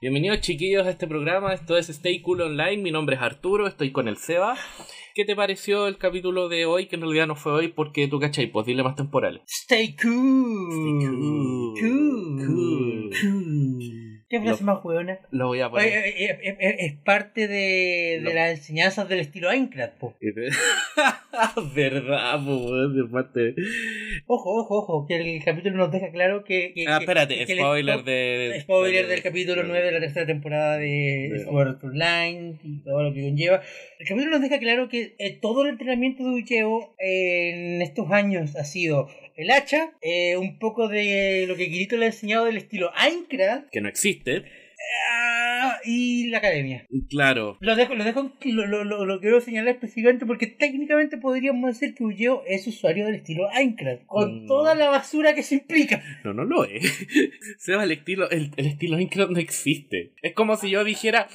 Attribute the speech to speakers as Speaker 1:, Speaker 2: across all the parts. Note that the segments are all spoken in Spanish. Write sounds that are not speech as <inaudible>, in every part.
Speaker 1: Bienvenidos chiquillos a este programa, esto es Stay Cool Online, mi nombre es Arturo, estoy con el Seba. ¿Qué te pareció el capítulo de hoy? Que en realidad no fue hoy porque tú cachai, pues dile más temporales.
Speaker 2: Stay cool.
Speaker 1: Stay cool.
Speaker 2: Cool.
Speaker 1: Cool.
Speaker 2: Cool. Qué frase
Speaker 1: Lo-
Speaker 2: más hueona.
Speaker 1: Lo voy a
Speaker 2: <laughs> Oye,
Speaker 1: poner.
Speaker 2: eh, eh, eh, eh, es parte de,
Speaker 1: Lo-
Speaker 2: de las enseñanzas del estilo Aincrad, po.
Speaker 1: <laughs> Verdad, po, weón, de parte.
Speaker 2: Ojo, ojo, ojo, que el capítulo nos deja claro que... que-
Speaker 1: Ah,
Speaker 2: que-
Speaker 1: espérate,
Speaker 2: que el
Speaker 1: spoiler
Speaker 2: stop-
Speaker 1: de.
Speaker 2: <laughs> Spoiler del capítulo 9 de la tercera temporada
Speaker 1: De-
Speaker 2: de Sword Art Online y todo lo que conlleva. El capítulo nos deja claro que eh, todo el entrenamiento de Ucheo en estos años ha sido el hacha, eh, un poco de lo que Kirito le ha enseñado del estilo Aincrad
Speaker 1: Que no existe.
Speaker 2: ah, y la academia.
Speaker 1: Claro.
Speaker 2: Lo dejo, lo dejo, lo, lo, lo, lo quiero señalar específicamente porque técnicamente podríamos decir que Ucheo es usuario del estilo Aincrad, con
Speaker 1: Mm.
Speaker 2: toda la basura que eso implica.
Speaker 1: No, no lo es. <laughs> Seba, el estilo, el, el estilo Aincrad no existe. Es como si yo dijera.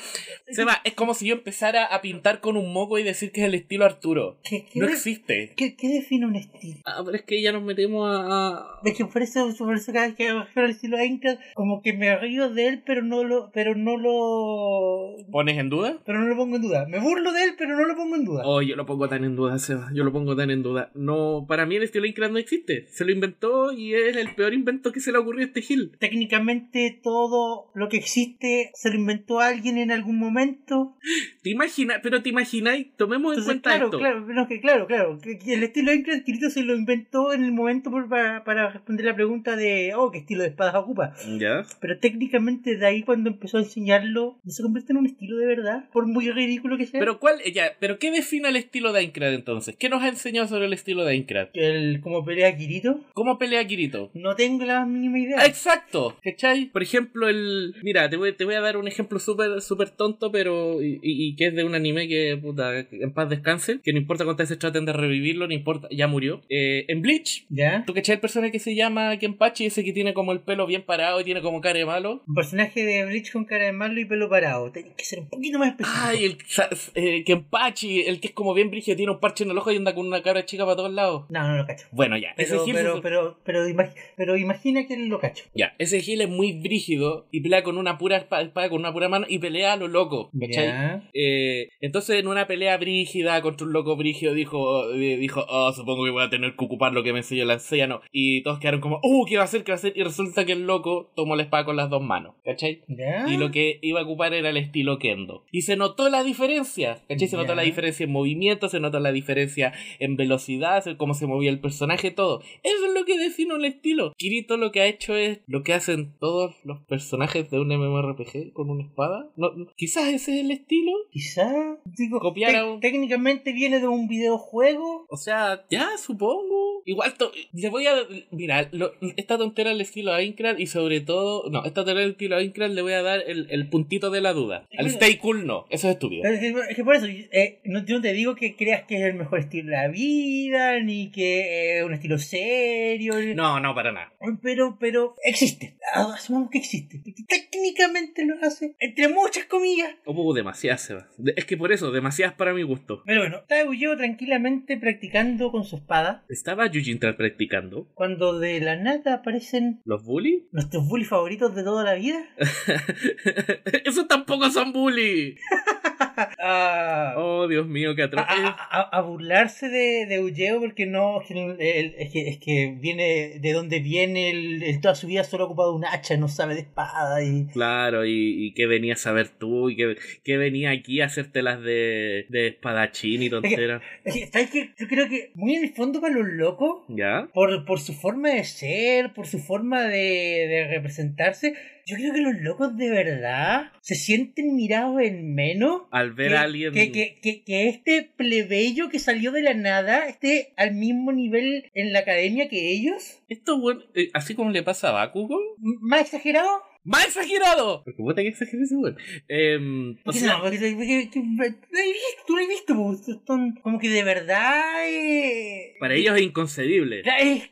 Speaker 1: Seba, es como si yo empezara a pintar con un moco y decir que es el estilo Arturo.
Speaker 2: ¿Qué, qué,
Speaker 1: No
Speaker 2: de-
Speaker 1: existe.
Speaker 2: <laughs> qué- qué define un estilo?
Speaker 1: Ah, pero es que ya nos metemos a. a-
Speaker 2: Es que por eso, por eso cada vez que refiero al estilo Aincrad, como que me río de él, pero no lo, pero no lo, <laughs>
Speaker 1: ¿Pones en duda?
Speaker 2: pero no lo pongo en duda. Me burlo de él, pero no lo pongo en duda.
Speaker 1: Oh, yo lo pongo tan en duda, Seba. Yo lo pongo tan en duda. No, para mí el estilo Aincrad no existe. Se lo inventó y es el peor invento que se le ocurrió a este Gil.
Speaker 2: Técnicamente todo lo que existe se lo inventó alguien en algún momento.
Speaker 1: ¿Te imaginas? Pero te imagináis, tomemos en
Speaker 2: Entonces,
Speaker 1: cuenta
Speaker 2: claro,
Speaker 1: esto.
Speaker 2: claro, no, que claro, claro, que- que el estilo Aincrad Kirito se lo inventó en el momento por- para, para responder la pregunta de, oh, ¿qué estilo de espadas ocupa?
Speaker 1: Ya.
Speaker 2: Pero técnicamente de ahí cuando empezó a enseñarlo, no se convierte en un estilo de verdad, por muy ridículo que sea.
Speaker 1: Pero cuál, ya, pero ¿qué define el estilo de Aincrad entonces? ¿Qué nos ha enseñado sobre el estilo de Aincrad?
Speaker 2: <laughs> el como pelea Kirito,
Speaker 1: ¿Cómo pelea Kirito?
Speaker 2: no tengo la mínima idea.
Speaker 1: Ah, Exacto, ¿cachai? Por ejemplo, el. Mira, te voy, te voy a dar un ejemplo súper súper tonto, pero. Y, y- y que es de un anime que, puta, en paz descanse. Que no importa cuántas veces traten de revivirlo, no importa, ya murió. Eh, en Bleach,
Speaker 2: <laughs> ¿Ya?
Speaker 1: ¿tú cachai el personaje que se llama Kenpachi? Ese que tiene como el pelo bien parado y tiene como cara de malo.
Speaker 2: Un personaje de Bleach con cara de malo y pelo parado. Tenés que ser un poquito más específico.
Speaker 1: Ay, el sa- eh, Kenpachi, el que es como bien brígido, tiene un parche en el ojo y anda con una cara chica para todos lados.
Speaker 2: <laughs> No, no lo cacho.
Speaker 1: Bueno, ya, ese
Speaker 2: Pero,
Speaker 1: Gil
Speaker 2: pero,
Speaker 1: se-
Speaker 2: pero, pero, imag- pero imagina que lo cacho.
Speaker 1: Ya, ese Gil es muy brígido y pelea con una pura espa- espada, con una pura mano y pelea a lo loco, ¿cachai?
Speaker 2: Ya.
Speaker 1: Eh, entonces, en una pelea brígida contra un loco brígido, dijo, eh, dijo oh, supongo que voy a tener que ocupar lo que me enseñó el anciano. Y todos quedaron como, ¡Uh, qué va a hacer, qué va a hacer! Y resulta que el loco tomó la espada con las dos manos, ¿cachai?
Speaker 2: ¿Ya?
Speaker 1: Y lo que iba a ocupar era el estilo Kendo. Y se notó la diferencia, ¿cachai? Se notó
Speaker 2: Ya.
Speaker 1: la diferencia en movimiento, se notó la diferencia en velocidad, en cómo se movía el personaje, todo. Eso es lo que define el estilo. Kirito lo que ha hecho es lo que hacen todos los personajes de un MMORPG con una espada. No, no- quizás ese es el estilo.
Speaker 2: Quizá, digo,
Speaker 1: Copiar
Speaker 2: tec-
Speaker 1: a un-
Speaker 2: técnicamente viene de
Speaker 1: <laughs>
Speaker 2: un videojuego.
Speaker 1: O sea, ya, supongo. Igual, to- le voy a. Mira, lo- esta tontera al estilo Aincrad y sobre todo. No, esta tontera al estilo Aincrad le voy a dar el, el puntito de la duda. Al Stay Cool no, eso es estúpido.
Speaker 2: Es que, es que por eso, eh, no, yo no te digo que creas que es el mejor estilo de la vida, ni que es un estilo serio. ni-
Speaker 1: No, no, para nada.
Speaker 2: Pero, pero, existe. Ah, Asumamos que existe. Porque técnicamente lo hace, entre muchas comillas. <laughs>
Speaker 1: Hubo demasiadas, Seba. De- Es que por eso, demasiadas para mi
Speaker 2: <laughs>
Speaker 1: gusto.
Speaker 2: Pero bueno, estaba Eugeo tranquilamente practicando con su espada.
Speaker 1: Estaba Yujintra practicando.
Speaker 2: Cuando de la nada aparecen
Speaker 1: ¿Los bullies? <laughs>
Speaker 2: nuestros bullies favoritos de toda la vida.
Speaker 1: Esos tampoco son bullies.
Speaker 2: Ah,
Speaker 1: Oh, Dios mío, qué
Speaker 2: a,
Speaker 1: atroz.
Speaker 2: a- a- a burlarse de, de Eugeo porque no que el- el- es, que, es que viene de donde viene el, el toda su vida solo ha ocupado un hacha no sabe de espada y
Speaker 1: Claro, y, y qué venías a ver tú, y qué, qué venía aquí a hacerte las de, de espadachín y tonteras.
Speaker 2: es que, ¿sabes qué? yo creo que muy en el fondo para los locos <laughs>
Speaker 1: ¿Ya?
Speaker 2: por, por su forma de ser, por su forma de, de representarse, yo creo que los locos de verdad se sienten mirados en menos. <laughs>
Speaker 1: Al ver
Speaker 2: que,
Speaker 1: a alguien.
Speaker 2: que, que, que- que este plebeyo que salió de la nada esté al mismo nivel en la academia que ellos.
Speaker 1: Esto, bueno, eh, así como le pasa a Bakugo.
Speaker 2: M- ¿Más exagerado?
Speaker 1: ¡Más exagerado! Porque puta que exageré ese weón. Em, o
Speaker 2: Porque
Speaker 1: sea,
Speaker 2: no, porque, porque- porque- lo he visto, lo he visto, po. Son como que de verdad... eh,
Speaker 1: para ellos es inconcebible.
Speaker 2: Claro, es-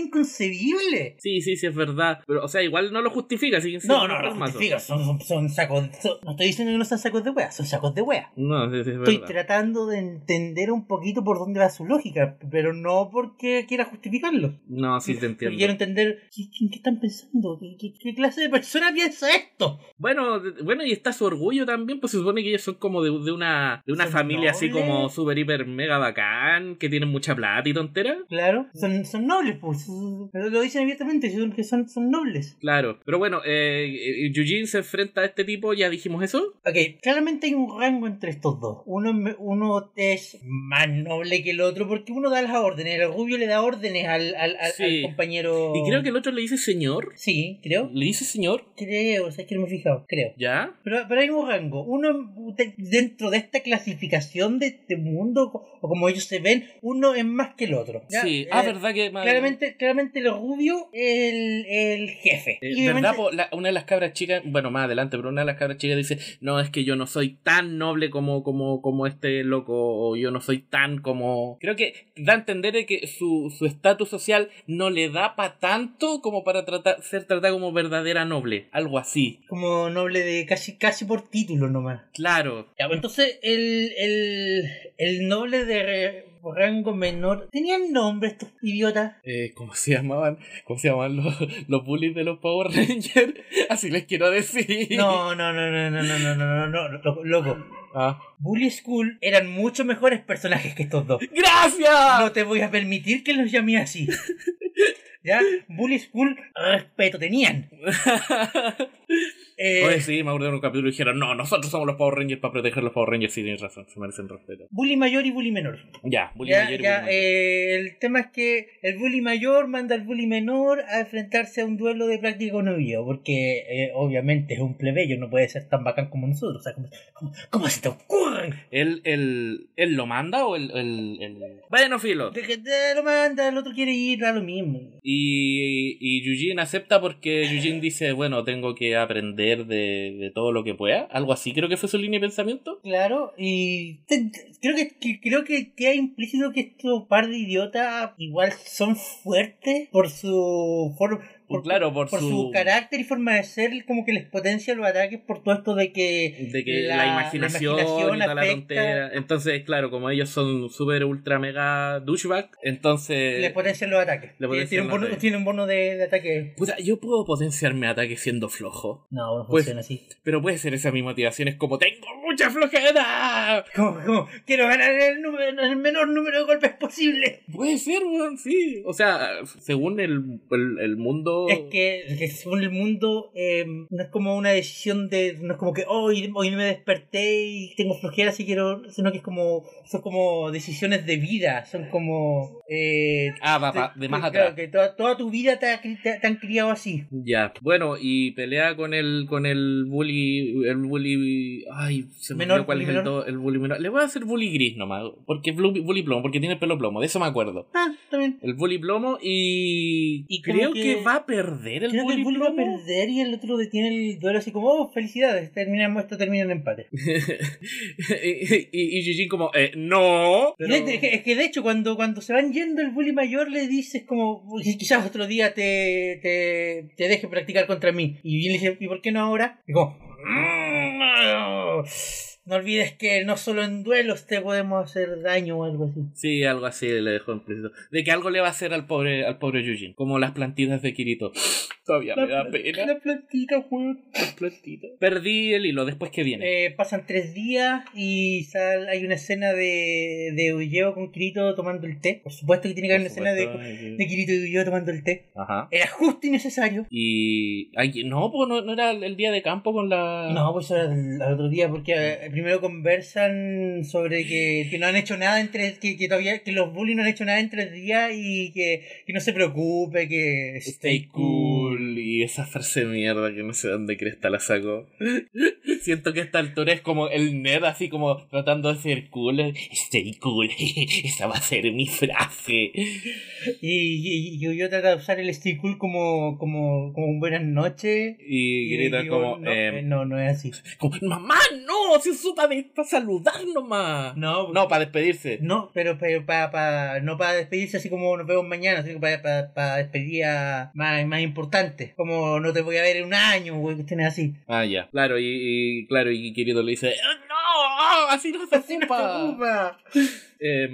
Speaker 1: <laughs>
Speaker 2: inconcebible.
Speaker 1: Sí, sí, sí, es verdad. Pero, o sea, igual no lo justifica, así que
Speaker 2: No, no, no, justifica, son, son, son sacos. son- no estoy diciendo que no son sacos de wea, son sacos de wea.
Speaker 1: No, sí, sí, es
Speaker 2: Estoy
Speaker 1: verdad.
Speaker 2: tratando de entender un poquito por dónde va su lógica, pero no porque quiera justificarlo.
Speaker 1: No, <laughs> sí te
Speaker 2: Porque
Speaker 1: entiendo.
Speaker 2: quiero entender ¿qué, qué, qué están pensando, ¿Qué, qué, qué clase de persona piensa esto.
Speaker 1: Bueno, de- bueno, y está su orgullo también, pues se supone que ellos son como de, de una, de una
Speaker 2: Son
Speaker 1: familia así
Speaker 2: nobles.
Speaker 1: como super, hiper, mega bacán, que tienen mucha plata y
Speaker 2: <laughs>
Speaker 1: tontera.
Speaker 2: Claro, son, son nobles, pues. Pero Lo dicen abiertamente, son- que son, son nobles.
Speaker 1: Claro, pero bueno, eh, eh, Eugene se enfrenta a este tipo, ya dijimos eso.
Speaker 2: Ok, claramente hay un rango entre estos dos. Uno, me- uno es más noble que el otro porque uno da las órdenes. El rubio le da órdenes al, al, al-
Speaker 1: Sí.
Speaker 2: al compañero.
Speaker 1: Y creo que el otro le dice señor.
Speaker 2: <laughs> Sí, creo. <laughs>
Speaker 1: ¿Le dice señor?
Speaker 2: Creo, o sea, es que no me he fijado, creo.
Speaker 1: ¿Ya?
Speaker 2: Pero, pero hay un rango. Uno, de- dentro de esta clasificación de este mundo, o como ellos se ven, uno es más que el otro. ¿ya?
Speaker 1: Sí.
Speaker 2: Eh,
Speaker 1: ah, verdad que... madre-
Speaker 2: Claramente, claramente el rubio es el, el jefe.
Speaker 1: Eh,
Speaker 2: Y
Speaker 1: ¿Verdad?
Speaker 2: obviamente-
Speaker 1: po? La- una de las cabras chicas, bueno, más adelante, pero una de las cabras chicas dice, no, es que yo no soy tan noble como, como, como este loco, o yo no soy tan como... Creo que da a entender de que su su estatus social no le da para tanto como para tratar, ser tratada como verdadera noble, algo así.
Speaker 2: como noble de casi, casi por título nomás.
Speaker 1: Claro.
Speaker 2: Ya, pues, entonces el, el, el noble de re- rango menor. ¿Tenían nombre estos idiotas?
Speaker 1: Eh, ¿Cómo se llamaban? ¿Cómo se llamaban los, los bullies de los Power Rangers? <laughs> Así les quiero decir.
Speaker 2: No, no, no, no, no, no, no, no, no, no, lo- loco.
Speaker 1: Ah.
Speaker 2: Bully School eran mucho mejores personajes que estos dos.
Speaker 1: ¡Gracias!
Speaker 2: No te voy a permitir que los llame así. ¿Ya? Bully School, respeto tenían. Eh,
Speaker 1: Oye, sí, me acuerdo en un capítulo y dijeron, no, nosotros somos los Power Rangers para proteger los Power Rangers. Sí, tienes razón, se merecen respeto.
Speaker 2: <laughs> Bully mayor y bully menor.
Speaker 1: Ya, bullying
Speaker 2: Ya,
Speaker 1: mayor y
Speaker 2: ya,
Speaker 1: bullying mayor.
Speaker 2: eh, el tema es que el bully mayor manda al bully menor a enfrentarse a un duelo de práctica con novio, porque eh, obviamente es un plebeyo, no puede ser tan bacán como nosotros. O sea, ¿cómo, cómo- cómo se te ocurre?
Speaker 1: ¿Él, él, él lo manda o el...? el, el... Bueno, filo.
Speaker 2: De que te lo manda, el otro quiere ir, da lo mismo. <laughs>
Speaker 1: Y, y Eugene acepta porque Eugene dice, bueno, tengo que aprender de, de todo lo que pueda. Algo así creo que fue su línea de pensamiento.
Speaker 2: Claro, y te- te- creo que, que- creo que queda implícito que estos par de idiotas igual son fuertes por su forma. Por, <laughs>
Speaker 1: claro, por,
Speaker 2: por su...
Speaker 1: su...
Speaker 2: carácter y forma de ser, como que les potencia los ataques por todo esto de que
Speaker 1: de que la,
Speaker 2: la- la
Speaker 1: imaginación,
Speaker 2: imaginación
Speaker 1: y toda la
Speaker 2: afecta.
Speaker 1: tontera. Entonces, claro, como ellos son súper ultra mega douchebag, entonces...
Speaker 2: le potencian los ataques.
Speaker 1: Eh,
Speaker 2: Eh,
Speaker 1: le potencian
Speaker 2: tiene, un
Speaker 1: los
Speaker 2: bono,
Speaker 1: ataques.
Speaker 2: tiene un bono de, de ataque.
Speaker 1: Puta, yo puedo potenciar mi ataque siendo flojo,
Speaker 2: No, no
Speaker 1: Pues-
Speaker 2: funciona así.
Speaker 1: pero puede ser esa mi motivación, es como tengo mucha flojera.
Speaker 2: Como, como, quiero ganar el, número, el menor número de golpes posible.
Speaker 1: Puede ser, weón, sí. O sea, según el, el, el mundo...
Speaker 2: Es que, es que según el mundo, eh, no es como una decisión de. No es como que "Oh, hoy, hoy me desperté y tengo flojera, así quiero. Sino que es como. Son como decisiones de vida. Son como. eh,
Speaker 1: Ah, va, va, de más
Speaker 2: claro,
Speaker 1: atrás.
Speaker 2: que toda, toda tu vida te, ha cri- te- te han criado así.
Speaker 1: Ya, bueno, y pelea con el con el bully, el bully, ay, se me
Speaker 2: Menor,
Speaker 1: olvidó cuál es
Speaker 2: bully
Speaker 1: el,
Speaker 2: menor.
Speaker 1: do- el bully menor. Le voy a hacer bully gris nomás, porque es bully, bully plomo, porque tiene el pelo plomo, de eso me
Speaker 2: <laughs>
Speaker 1: acuerdo.
Speaker 2: Ah, también.
Speaker 1: El bully plomo y,
Speaker 2: Y como
Speaker 1: creo que...
Speaker 2: que-
Speaker 1: va a perder el
Speaker 2: Creo que
Speaker 1: bully
Speaker 2: el Bully va a
Speaker 1: plomo.
Speaker 2: perder y el otro detiene el duelo así como, oh, felicidades, terminamos esto, termina en empate.
Speaker 1: <laughs> y, y, y Gigi como, eh, no.
Speaker 2: Y
Speaker 1: Pero-
Speaker 2: de- Es, que, es que de hecho cuando, cuando se van yendo el bully mayor le dices como, "Uy, quizás otro día te, te, te deje practicar contra mí. Y él dice, ¿y por qué no ahora? Y como, "Mm, no olvides que no solo en duelos te podemos hacer daño o algo así.
Speaker 1: <laughs> Sí, algo así le dejó implícito. De que algo le va a hacer al pobre, al pobre Eugene, como las plantitas de Kirito. <gasps> Todavía me da
Speaker 2: pla-
Speaker 1: pena.
Speaker 2: la plantita, weón.
Speaker 1: las plantitas. Perdí el hilo, después que viene.
Speaker 2: Eh, pasan tres días y sal- hay una escena de, de Ulleo con Kirito tomando el té. Por supuesto que tiene que haber una
Speaker 1: Por
Speaker 2: escena de,
Speaker 1: supuesto, eh,
Speaker 2: <laughs> de Kirito y Ulleo tomando el té.
Speaker 1: Ajá.
Speaker 2: Era justo y necesario.
Speaker 1: Ah. Y. ay, no, pues no, no era el día de campo con la.
Speaker 2: No, pues eso era el, al otro día, porque eh, primero conversan sobre que, que no han hecho nada entre que, que todavía que los bullies no han hecho nada en tres días y que, que no se preocupe, que
Speaker 1: Stay cool y y esa frase de mierda que no sé dónde cresta la sacó. <laughs> Siento que a esta altura es como el nerd así como tratando de ser cool. Stay cool, <laughs> esa va a ser mi frase.
Speaker 2: Y, y- y yo, yo trato de usar el stay cool como, como, como un buenas noches.
Speaker 1: Y grita
Speaker 2: digo,
Speaker 1: como,
Speaker 2: no,
Speaker 1: em,
Speaker 2: eh, no, no es así.
Speaker 1: como, mamá, no, si eso para, para saludar nomás. No,
Speaker 2: No,
Speaker 1: para despedirse.
Speaker 2: No, pero, pero para, no para despedirse así como nos vemos mañana, sino para, para, para despedir a más, más importante. Como no te voy a ver en un año, güey, cuestiones así.
Speaker 1: Ah, ya. Claro, y, y- claro, y querido le dice, "Ah, no, ah, así no se ocupa.
Speaker 2: Upa.
Speaker 1: Em,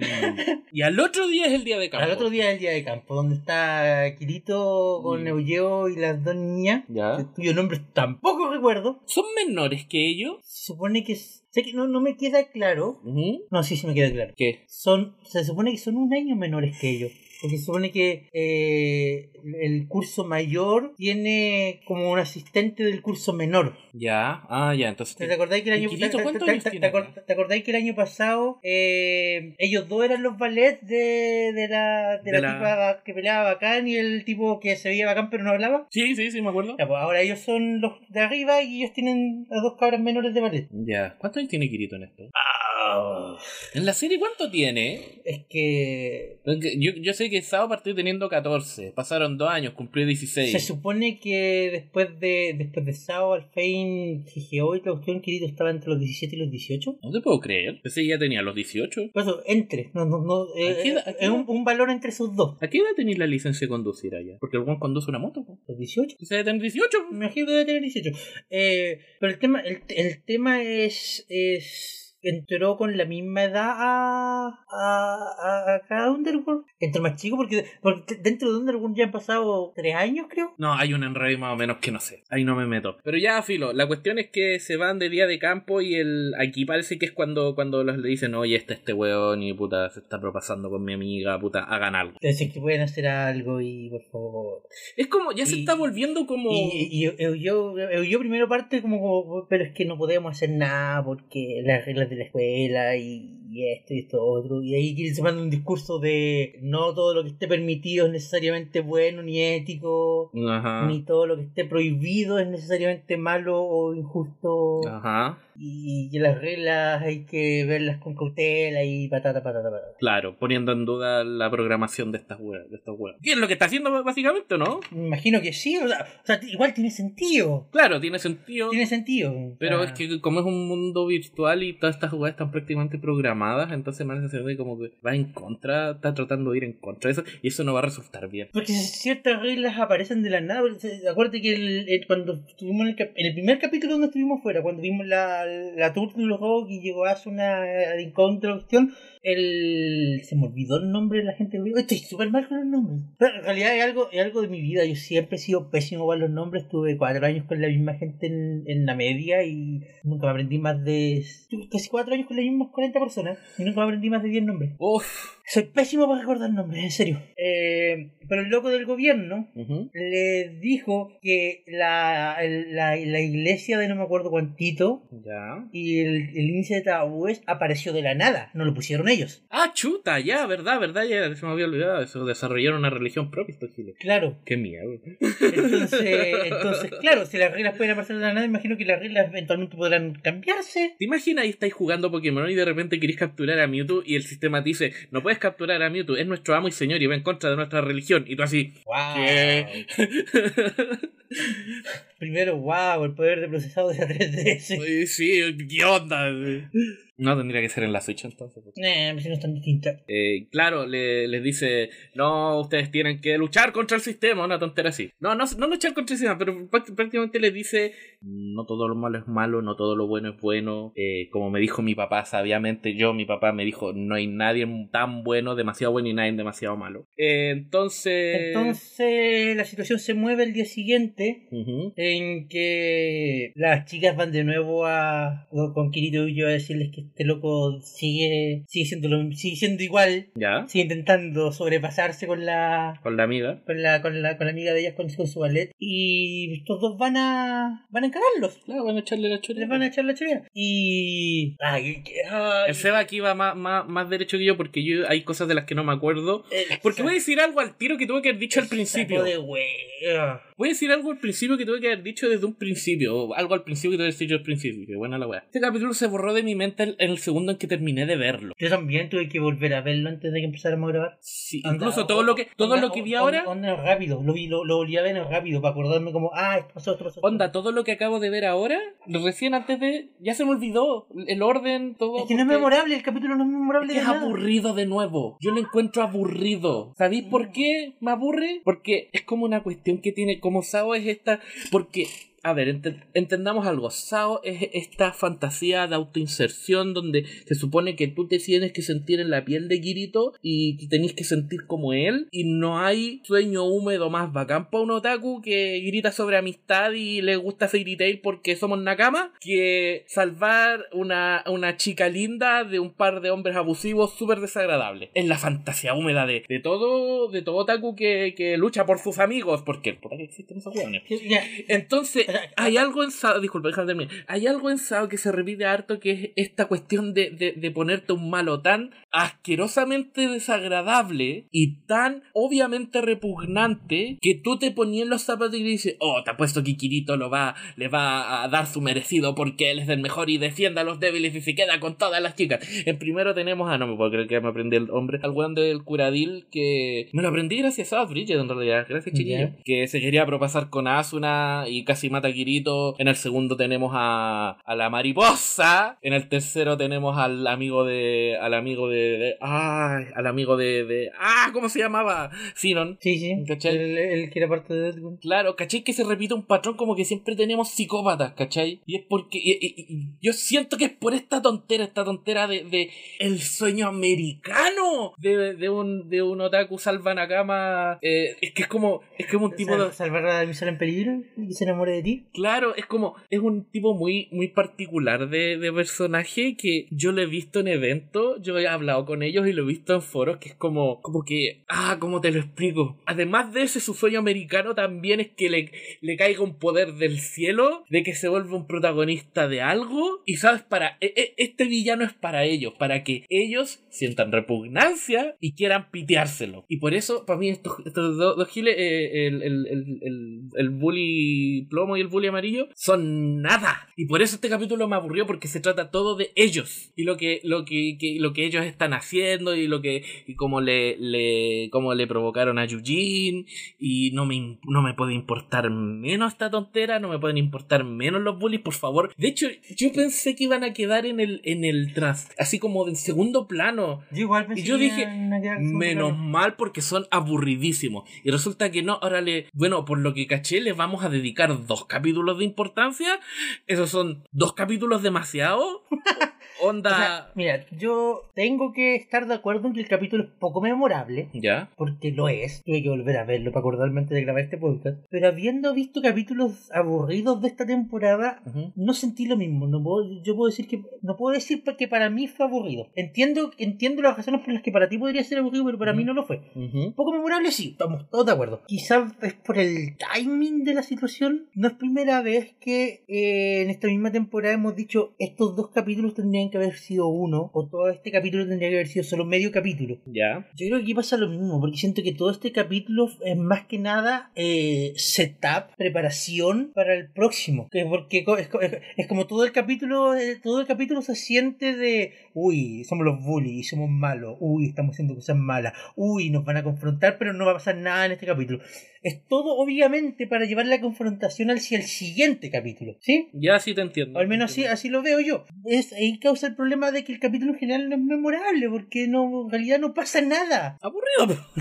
Speaker 1: y al otro día es el día de campo.
Speaker 2: Al otro día es el día de campo, donde está Kirito con
Speaker 1: Mm. Ah.
Speaker 2: Neugeo y las dos niñas,
Speaker 1: Ya.
Speaker 2: cuyo nombre tampoco recuerdo.
Speaker 1: <laughs> ¿Son menores que ellos?
Speaker 2: Se supone que. es- Sé que no, no me queda claro.
Speaker 1: Ujú.
Speaker 2: No, sí, sí me queda claro.
Speaker 1: ¿Qué?
Speaker 2: son se supone que son un año menores que ellos porque se supone que eh, el curso mayor tiene como un asistente del curso menor
Speaker 1: Ya, ah, ya, entonces.
Speaker 2: ¿te acordáis que el año
Speaker 1: ¿Y Kirito
Speaker 2: te- te-
Speaker 1: cuántos
Speaker 2: te-
Speaker 1: años
Speaker 2: te-
Speaker 1: tiene
Speaker 2: te acor-
Speaker 1: ahora?
Speaker 2: te acordáis que el año pasado eh, ellos dos eran los ballets de, de la de,
Speaker 1: De
Speaker 2: la
Speaker 1: la-
Speaker 2: tipa que peleaba bacán y el tipo que se veía bacán pero
Speaker 1: <laughs>
Speaker 2: no hablaba
Speaker 1: Sí, sí, sí, me acuerdo.
Speaker 2: Ya, pues, ahora ellos son los de arriba y ellos tienen a dos cabras menores de ballet
Speaker 1: Ya. ¿Cuántos años tiene Kirito en esto? Ah. ¿En la serie cuánto tiene?
Speaker 2: es que
Speaker 1: Porque Yo, yo sé que Sao partió teniendo 14, pasaron dos años, cumplió 16.
Speaker 2: Se supone que después de después de Sao, Alfein, GGO y Claustión, Kirito estaba entre los 17 y los 18.
Speaker 1: No te puedo creer. Pensé que ya tenía los 18.
Speaker 2: Por eso, entre. No, no, no, eh,
Speaker 1: Aquí-
Speaker 2: eh,
Speaker 1: aquí-
Speaker 2: es un, un valor entre esos dos.
Speaker 1: ¿A qué edad tenéis la licencia de conducir allá? Porque el weón conduce una moto. po.
Speaker 2: Los 18.
Speaker 1: Entonces debe tener 18. po.
Speaker 2: Me imagino que debe tener 18. Eh, pero el tema, el, el tema es, es. Entró con la misma edad a. a. a, a cada Underworld. Entró más chico porque, porque dentro de Underworld ya han pasado 3 años, creo. Ah,
Speaker 1: No, hay un enredo más o menos que no sé. Ahí no me meto. Pero ya, filo. La cuestión es que se van de día de campo y el aquí parece que es cuando, cuando los le dicen, oye, está este weón y puta, se está propasando con mi amiga, puta, hagan algo.
Speaker 2: Entonces, que pueden hacer algo y por favor.
Speaker 1: Es como, ya se
Speaker 2: Y-
Speaker 1: está volviendo como...
Speaker 2: Y, y- y eu- yo, eu- yo primero parte como, como, pero es que no podemos hacer nada porque las reglas de la escuela y, y esto y esto otro. Y ahí quieren se manda un discurso de no todo lo que esté permitido es necesariamente bueno ni ético,
Speaker 1: Ajá.
Speaker 2: ni todo lo que esté prohibido es necesariamente malo o injusto.
Speaker 1: Ajá.
Speaker 2: Y, y las reglas hay que verlas con cautela y patata, patata, patata.
Speaker 1: Claro, poniendo en duda la programación de estas weas, de estos weas. ¿Qué es lo que está haciendo básicamente o
Speaker 2: <laughs>
Speaker 1: no?
Speaker 2: Me imagino que sí, o sea, o sea, igual
Speaker 1: <laughs>
Speaker 2: tiene sentido.
Speaker 1: Claro, tiene sentido.
Speaker 2: Tiene sentido.
Speaker 1: Pero
Speaker 2: Ah.
Speaker 1: es que como es un mundo virtual y todas estas jugadas están prácticamente programadas, entonces me da la sensación de como que va en contra, está tratando de ir en contra de eso, y eso no va a resultar <laughs> bien.
Speaker 2: Porque ciertas reglas aparecen de la nada. porque se- Acuérdate que el, el- cuando estuvimos en el, cap- en el primer capítulo donde estuvimos fuera, cuando vimos la, la tour de los Rock y llegó a hacer una a encontro cuestión, el se me olvidó el nombre de la gente. Uy, Estoy súper mal con los nombres. Pero en realidad es algo, es algo de mi vida. Yo siempre he sido pésimo con los nombres. Tuve cuatro años con la misma gente en, en la media y nunca me aprendí más de. Tuve casi cuatro años con las mismas 40 personas y nunca me aprendí más de 10 nombres.
Speaker 1: Uf.
Speaker 2: Soy pésimo para recordar nombres, en serio. Eh, pero el loco del gobierno
Speaker 1: Ujú.
Speaker 2: le dijo que la, el- la, la iglesia de no me acuerdo cuántito
Speaker 1: Ya.
Speaker 2: y el, el índice de tabúes apareció de la nada, no lo pusieron ellos.
Speaker 1: Ah, chuta, ya, verdad, verdad, ya se me había olvidado eso, desarrollaron una religión propia estos giles. <laughs>
Speaker 2: Claro,
Speaker 1: Qué miedo.
Speaker 2: entonces,
Speaker 1: <laughs>
Speaker 2: entonces, claro, si las reglas pueden aparecer de la nada, imagino que las reglas eventualmente podrán cambiarse.
Speaker 1: ¿Te imaginas ahí estáis jugando Pokémon y de repente queréis capturar a Mewtwo y el sistema te dice, no puedes capturar a Mewtwo, es nuestro amo y señor y va en contra de nuestra religión? Y tú así... <laughs>
Speaker 2: Wow.
Speaker 1: ¿Qué?
Speaker 2: Primero, wow, el poder de procesado de la 3DS.
Speaker 1: Oye, sí, ¿qué onda? No tendría que ser en la Switch entonces. porque-
Speaker 2: Nah, pues si no es tan distinta.
Speaker 1: Eh, claro, le- les dice, no, ustedes tienen que luchar contra el sistema, una tontera así. No, no, no luchar contra el sistema, pero práct- prácticamente les dice, no todo lo malo es malo, no todo lo bueno es bueno. Eh, como me dijo mi papá sabiamente, yo, mi papá me dijo, no hay nadie tan bueno, demasiado bueno y nadie demasiado malo. Eh, entonces...
Speaker 2: Entonces, la situación se mueve el día siguiente.
Speaker 1: Ujú.
Speaker 2: en que las chicas van de nuevo a con Kirito y yo a decirles que este loco sigue sigue siendo lo- sigue siendo igual
Speaker 1: Ya,
Speaker 2: sigue intentando sobrepasarse con la
Speaker 1: con la amiga.
Speaker 2: con la con la, con la amiga de ellas con, con su ballet y estos dos van a van a encararlos <laughs>
Speaker 1: Claro, bueno, echarle la choreta.
Speaker 2: les van a echar la chorea y ay, que- ay,
Speaker 1: El Seba aquí va más, más, más derecho que yo porque yo hay cosas de las que no me acuerdo.
Speaker 2: el
Speaker 1: Porque voy a decir algo al tiro que tuve que haber dicho al
Speaker 2: saco
Speaker 1: principio.
Speaker 2: de wea.
Speaker 1: Voy a decir algo al principio que tuve que haber dicho desde un principio, o algo al principio que tuve que haber dicho al principio, que buena la weá. Este capítulo se borró de mi mente en el segundo en que terminé de verlo.
Speaker 2: Yo también tuve que volver a verlo antes de que empezáramos a grabar.
Speaker 1: Sí,
Speaker 2: Anda,
Speaker 1: incluso
Speaker 2: o-
Speaker 1: todo lo que, todo
Speaker 2: onda,
Speaker 1: lo que vi
Speaker 2: on-
Speaker 1: ahora,
Speaker 2: on- Onda rápido, lo, vi- lo, lo volví a ver rápido para acordarme como, ah, esto pasó, esto pasó.
Speaker 1: <laughs>
Speaker 2: esto <laughs>
Speaker 1: onda, todo lo que acabo de ver ahora, recién antes de, ya se me olvidó el orden, todo.
Speaker 2: pasó". Es que no es
Speaker 1: porque-
Speaker 2: memorable, el capítulo no es memorable.
Speaker 1: Es
Speaker 2: de nada. <laughs>
Speaker 1: aburrido de nuevo. Yo lo encuentro aburrido. ¿Sabéis
Speaker 2: Mm.
Speaker 1: por qué me aburre? Porque es como una cuestión que tiene. Como Sao es esta. Porque. A ver, ente- entendamos algo. Sao es esta fantasía de autoinserción donde se supone que tú te tienes que sentir en la piel de Kirito y te tenés que sentir como él. Y no hay sueño húmedo más bacán para un otaku que grita sobre amistad y le gusta Fairy Tail porque somos Nakama que salvar una, una chica linda de un par de hombres abusivos súper desagradable. Es la fantasía húmeda de, de todo de todo otaku que, que lucha por sus amigos porque por ahí existen esos hueones.
Speaker 2: Que- ya,
Speaker 1: Entonces,
Speaker 2: o
Speaker 1: <laughs>
Speaker 2: sea,
Speaker 1: hay algo en Sao, disculpa, déjame terminar. Hay algo en Sao que se repite harto que es esta cuestión de, de, de ponerte un malo tan asquerosamente desagradable y tan obviamente repugnante que tú te ponías en los zapatos y dices, oh, te apuesto que Kirito lo va, le va a dar su merecido porque él es el mejor y defienda a los débiles y se queda con todas las chicas. <laughs> En primero tenemos, ah, no me puedo creer que me aprendí el hombre, al weón del curadil que me lo aprendí gracias a Bridget en realidad, gracias chiquillo.
Speaker 2: Ya.
Speaker 1: Que se quería propasar con Asuna y casi mata a Kirito. En el segundo tenemos a, a la mariposa. En el tercero tenemos al amigo de, al amigo de, de- ay, al amigo de, de, ah, ¿cómo se llamaba? Sinon.
Speaker 2: Sí, sí.
Speaker 1: ¿Cachai?
Speaker 2: El, el que era parte de Deadwood.
Speaker 1: Claro, ¿cachai? Que se repite un patrón como que siempre tenemos psicópatas, ¿cachai? Y es porque. y- y- y- yo siento que es por esta tontera, esta tontera de. de el sueño americano de, de un, de un otaku salvanakama. Eh, es que es como. Es como <laughs> un tipo de.
Speaker 2: Sal- Salvar a la misión en peligro y que se enamore de ti.
Speaker 1: Claro, es como, es un tipo muy, muy particular de, de personaje que yo lo he visto en eventos, yo he hablado con ellos y lo he visto en foros, que es como, como que, ah, ¿cómo te lo explico? Además de ese, su sueño americano también es que le, le caiga un poder del cielo, de que se vuelva un protagonista de algo, y sabes, para, e- e- este villano es para ellos, para que ellos sientan repugnancia y quieran piteárselo. Y por eso, para mí, estos, estos dos, dos giles, eh, el, el, el, el, el bully plomo y el bully amarillo, son nada. Y por eso este capítulo me aburrió, porque se trata todo de ellos. Y lo que, lo que, que- lo que ellos están haciendo, y lo que, y cómo le, le, cómo le provocaron a Yujin, y no me, im- no me puede importar menos esta tontera, no me pueden importar menos los bullies, por favor. De hecho, yo pensé que iban a quedar en el, en el trans, así como en segundo plano.
Speaker 2: Yo igual pensé
Speaker 1: Y yo
Speaker 2: que
Speaker 1: dije,
Speaker 2: iban a quedar como
Speaker 1: Menos
Speaker 2: que-
Speaker 1: mal porque son aburridísimos. Y resulta que no, ahora le. Bueno, por lo que caché, les vamos a dedicar dos capítulos de importancia. Esos son dos capítulos
Speaker 2: <laughs>
Speaker 1: demasiado.
Speaker 2: O sea,
Speaker 1: Onda.
Speaker 2: <laughs> mira, yo tengo que estar de acuerdo en que el capítulo es poco memorable. <laughs>
Speaker 1: ¿Ya?
Speaker 2: porque lo es, tuve que volver a verlo para acordarme antes de grabar este podcast, pero habiendo visto capítulos aburridos de esta temporada,
Speaker 1: Ujú.
Speaker 2: no sentí lo mismo, no puedo, yo puedo decir que no puedo decir pa- que para mí fue aburrido. Entiendo, entiendo las razones por las que para ti podría ser aburrido, pero para mí
Speaker 1: Ujú.
Speaker 2: no lo fue.
Speaker 1: Ujú.
Speaker 2: Poco memorable sí, estamos todos de acuerdo. Quizás es por el timing de la situación. No es primera vez que eh, en esta misma temporada hemos dicho estos dos capítulos tendrían que haber sido uno, o todo este capítulo tendría que haber sido solo medio capítulo.
Speaker 1: ¿Ya?
Speaker 2: Yo creo que aquí pasa lo mismo, porque siento que todo este capítulo es más que nada eh, setup, preparación para el próximo. Que porque co- es, co- es- es como todo el capítulo, eh, todo el capítulo se siente de uy, somos los bullies, somos malos, uy, estamos haciendo cosas malas, uy, nos van a confrontar, pero no va a pasar nada en este capítulo. Es todo obviamente para llevar la confrontación hacia el siguiente capítulo,
Speaker 1: <laughs>
Speaker 2: ¿sí?
Speaker 1: Ya sí te entiendo.
Speaker 2: O al menos así, así lo veo yo. Es, ahí causa el problema de que el capítulo en general no es memorable, porque no, en realidad no pasa nada.
Speaker 1: aburrido. po.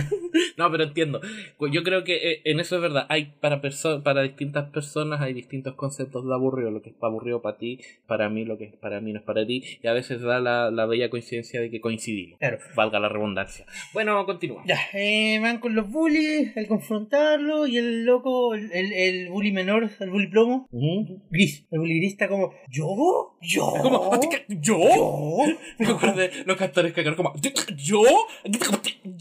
Speaker 1: no, pero <laughs> entiendo. Pues Yo creo que eh, en eso es verdad. Hay para perso- para distintas personas hay distintos conceptos de aburrido. Lo que es aburrido para ti, para mí, lo que es para mí no es para ti. Y a veces da la, la bella coincidencia de que coincidimos. <laughs>
Speaker 2: Claro.
Speaker 1: Valga la redundancia. Bueno, continúa.
Speaker 2: Ya, eh, van con los bullies, al confrontarlo, y el loco, el, el, el bully menor, el bully plomo,
Speaker 1: Ujú.
Speaker 2: gris. El bully gris está como, ¿yo? ¿Yo?
Speaker 1: Como, ¿yo?
Speaker 2: ¿Yo?
Speaker 1: Me acuerdo de los cantores que eran como, ¿yo?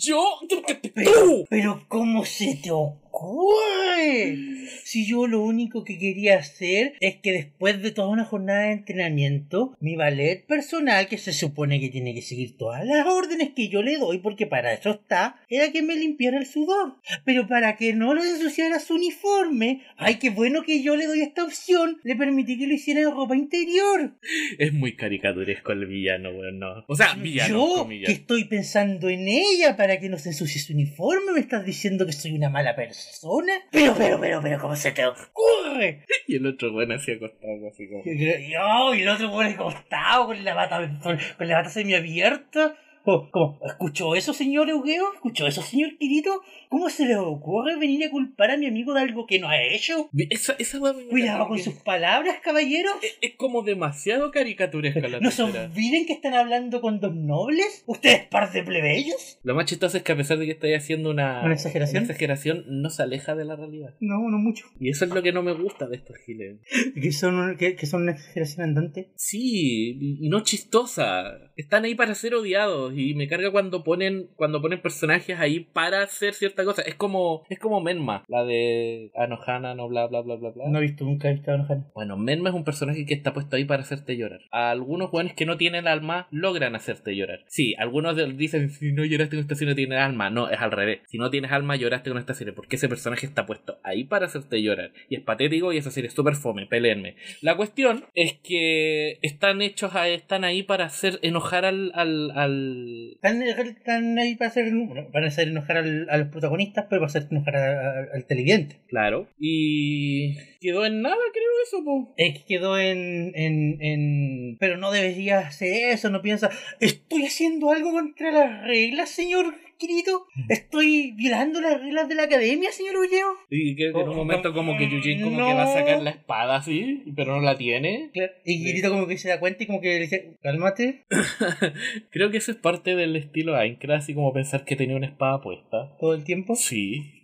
Speaker 1: ¿Yo? ¿Tú?
Speaker 2: ¿Pero cómo se te ocurre? ¡Uy! Si yo lo único que quería hacer es que después de toda una jornada de entrenamiento, mi ballet personal, que se supone que tiene que seguir todas las órdenes que yo le doy, porque para eso está, era que me limpiara el sudor. Pero para que no le ensuciara su uniforme, ay, qué bueno que yo le doy esta opción, le permití que lo hiciera en ropa interior.
Speaker 1: Es muy caricaturesco el villano, weón. no. O sea, villano,
Speaker 2: yo
Speaker 1: comillas.
Speaker 2: que estoy pensando en ella para que no se ensucie su uniforme, me estás diciendo que soy una mala persona. Pero, pero, pero, pero, ¿cómo se te ocurre?
Speaker 1: Y el otro weón así acostado, así como.
Speaker 2: Yo creo- Y, oh, y el otro por el costado, con la bata, con la bata semiabierta. Como, como, ¿escuchó eso, señor Eugeo? ¿Escuchó eso, señor Quirito? ¿Cómo se le ocurre venir a culpar a mi amigo de algo que no ha
Speaker 1: <laughs>
Speaker 2: hecho?
Speaker 1: Esa, esa weá me-
Speaker 2: Cuidado con sus palabras, caballeros.
Speaker 1: Es, es como demasiado caricaturesca la
Speaker 2: <laughs> No se
Speaker 1: tercera.
Speaker 2: olviden que están hablando con dos nobles. ¿Ustedes par de plebeyos?
Speaker 1: Lo más chistoso es que a pesar de que estáis haciendo una,
Speaker 2: ¿Una exageración?
Speaker 1: una exageración, no se aleja de la realidad.
Speaker 2: No, no mucho.
Speaker 1: Y eso es lo que no me gusta de estos giles.
Speaker 2: Que son, un- que, que son una exageración andante.
Speaker 1: Sí, y no chistosa. Están ahí para ser odiados y me carga cuando ponen cuando ponen personajes ahí para hacer cierta cosa. Es como es como Menma, la de Anohana, no bla bla bla bla bla.
Speaker 2: No he visto, nunca he visto a Nohan.
Speaker 1: Bueno, Menma es un personaje que está puesto ahí para hacerte llorar. A algunos jugadores que no tienen alma logran hacerte llorar. Sí, algunos de- dicen si no lloraste en esta serie no tienes alma. No, es al revés. Si no tienes alma lloraste en esta serie porque ese personaje está puesto ahí para hacerte llorar. Y es patético y esa serie es súper fome, peleenme. La cuestión es que están hechos, a- están ahí para hacer enojar al... al, al...
Speaker 2: Están, están ahí para hacer, bueno, para hacer enojar al- a los protagonistas, pero para hacer enojar a- a- al televidente.
Speaker 1: Claro. Y quedó en nada, creo, eso, po.
Speaker 2: Es que quedó en, en, en- Pero no debería hacer eso, no piensa... ¿Estoy haciendo algo contra las reglas, señor Kirito? ¿Estoy violando las reglas de la academia, señor Ulleo?
Speaker 1: Y creo que en un
Speaker 2: Oh,
Speaker 1: momento como que Yujin como que
Speaker 2: no.
Speaker 1: va a sacar la espada así, pero no la tiene.
Speaker 2: Y Kirito como que se da cuenta y como que le dice, cálmate,
Speaker 1: <laughs> Creo que eso es parte del estilo Aincra, así como pensar que tenía una espada <laughs> puesta.
Speaker 2: todo el tiempo.
Speaker 1: Sí.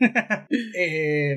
Speaker 2: Eh,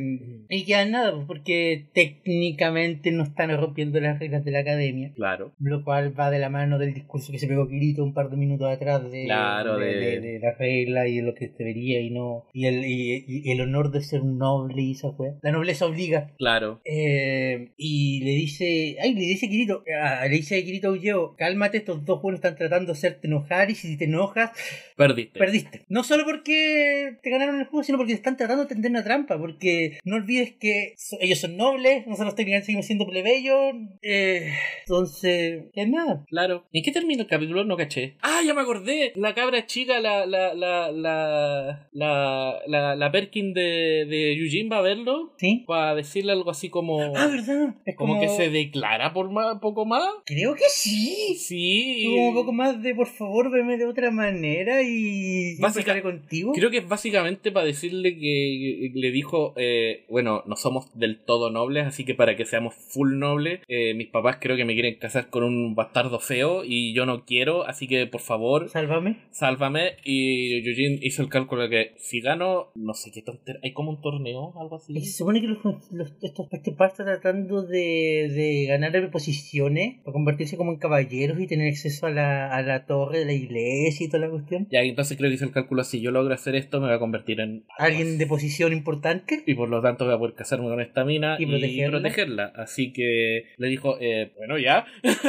Speaker 2: y ya nada, porque técnicamente no están rompiendo las reglas de la academia.
Speaker 1: <laughs>
Speaker 2: <laughs>
Speaker 1: Claro.
Speaker 2: lo cual va de la mano del discurso que se pegó Kirito un par de minutos atrás de,
Speaker 1: Claro,
Speaker 2: de,
Speaker 1: de-
Speaker 2: de- de la regla y de lo que se debería y no y el, y, y el honor de ser un noble y esa fue la nobleza obliga
Speaker 1: Claro.
Speaker 2: Eh, y le dice ay le dice Kirito ah, le dice Kirito a Ulleo, cálmate estos dos buenos están tratando de hacerte enojar y si te enojas
Speaker 1: Perdiste.
Speaker 2: Perdiste. No solo porque te ganaron el juego, sino porque te están tratando de tender una trampa. Porque no olvides que so- ellos son nobles, nosotros técnicamente seguimos siendo plebeyos. eh, entonces, es nada.
Speaker 1: Claro. ¿En qué termina el capítulo? No caché. ¡Ah, ya me acordé! La cabra chica, la, la, la, la, la, la, la Perkin de, de Yujin va a <laughs> verlo
Speaker 2: ¿Sí?
Speaker 1: para decirle algo así como...
Speaker 2: Ah, ¿verdad? Es
Speaker 1: Como que se declara por más, poco más.
Speaker 2: Creo que sí.
Speaker 1: Sí.
Speaker 2: Como un poco más de por favor, verme de otra manera y yo
Speaker 1: Básica-
Speaker 2: empezaré contigo.
Speaker 1: Creo que es básicamente para decirle que le dijo, eh, bueno, no somos del todo nobles, así que para que seamos full nobles, eh, mis papás creo que me quieren casar con un bastardo feo y yo no quiero, así que por
Speaker 2: <laughs>
Speaker 1: favor,
Speaker 2: Sálvame.
Speaker 1: sálvame. Y Eugene hizo el cálculo que si gano, no sé qué tontera, hay como un torneo, algo así.
Speaker 2: Y Se supone que los, los- estos este par está tratando de, de ganar posiciones para convertirse como en caballeros y tener acceso a la, a la torre de la iglesia y toda la cuestión.
Speaker 1: Ya, entonces creo que hizo el cálculo, si yo logro hacer esto, me va a convertir en...
Speaker 2: alguien de posición importante.
Speaker 1: y por lo tanto voy a poder casarme con esta mina
Speaker 2: Y
Speaker 1: y,
Speaker 2: protegerla.
Speaker 1: protegerla. Así que le dijo, eh, bueno, ya. <laughs>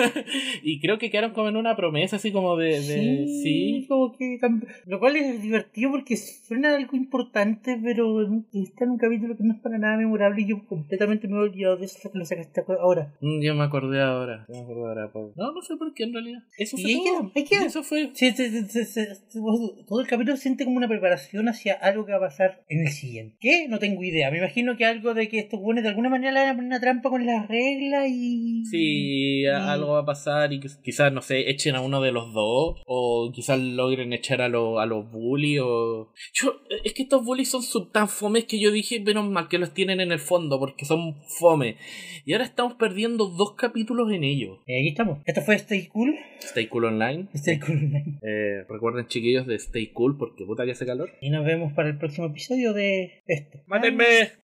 Speaker 1: y creo que quedaron como en una promesa así como de... de- sí.
Speaker 2: como que tam- lo cual es divertido porque suena algo importante, pero está en un capítulo que no es para nada memorable y yo completamente me he olvidado de eso hasta que lo sacaste ahora.
Speaker 1: Mm, Yo me acordé ahora. Yo me acordé ahora. po. No, no sé por qué en realidad. <laughs> Eso
Speaker 2: Y
Speaker 1: fue
Speaker 2: ahí
Speaker 1: todo.
Speaker 2: <laughs> queda, ahí queda.
Speaker 1: Eso fue...
Speaker 2: Sí, sí, sí, sí, sí, sí, todo el capítulo se siente como una preparación hacia algo que va a pasar en el siguiente. ¿Qué? No tengo idea. Me imagino que algo de que estos buenos de alguna manera le van a poner una trampa con las reglas y. <laughs>
Speaker 1: Sí, a- algo va a pasar y quiz- quizás, no sé, echen a uno de los dos o quizás logren echar a, los a los bullies o... Yo, es que estos bullies son sub- tan fomes que yo dije, menos mal que los tienen en el fondo porque son fome. Y ahora estamos perdiendo dos capítulos en ello.
Speaker 2: Y aquí Eh, estamos. Esto fue Stay Cool.
Speaker 1: Stay cool online.
Speaker 2: Stay Cool Online.
Speaker 1: Eh, recuerden chiquillos de Stay cool porque puta que hace calor.
Speaker 2: Y nos vemos para el próximo episodio de este. esto.
Speaker 1: ¡Mátenme!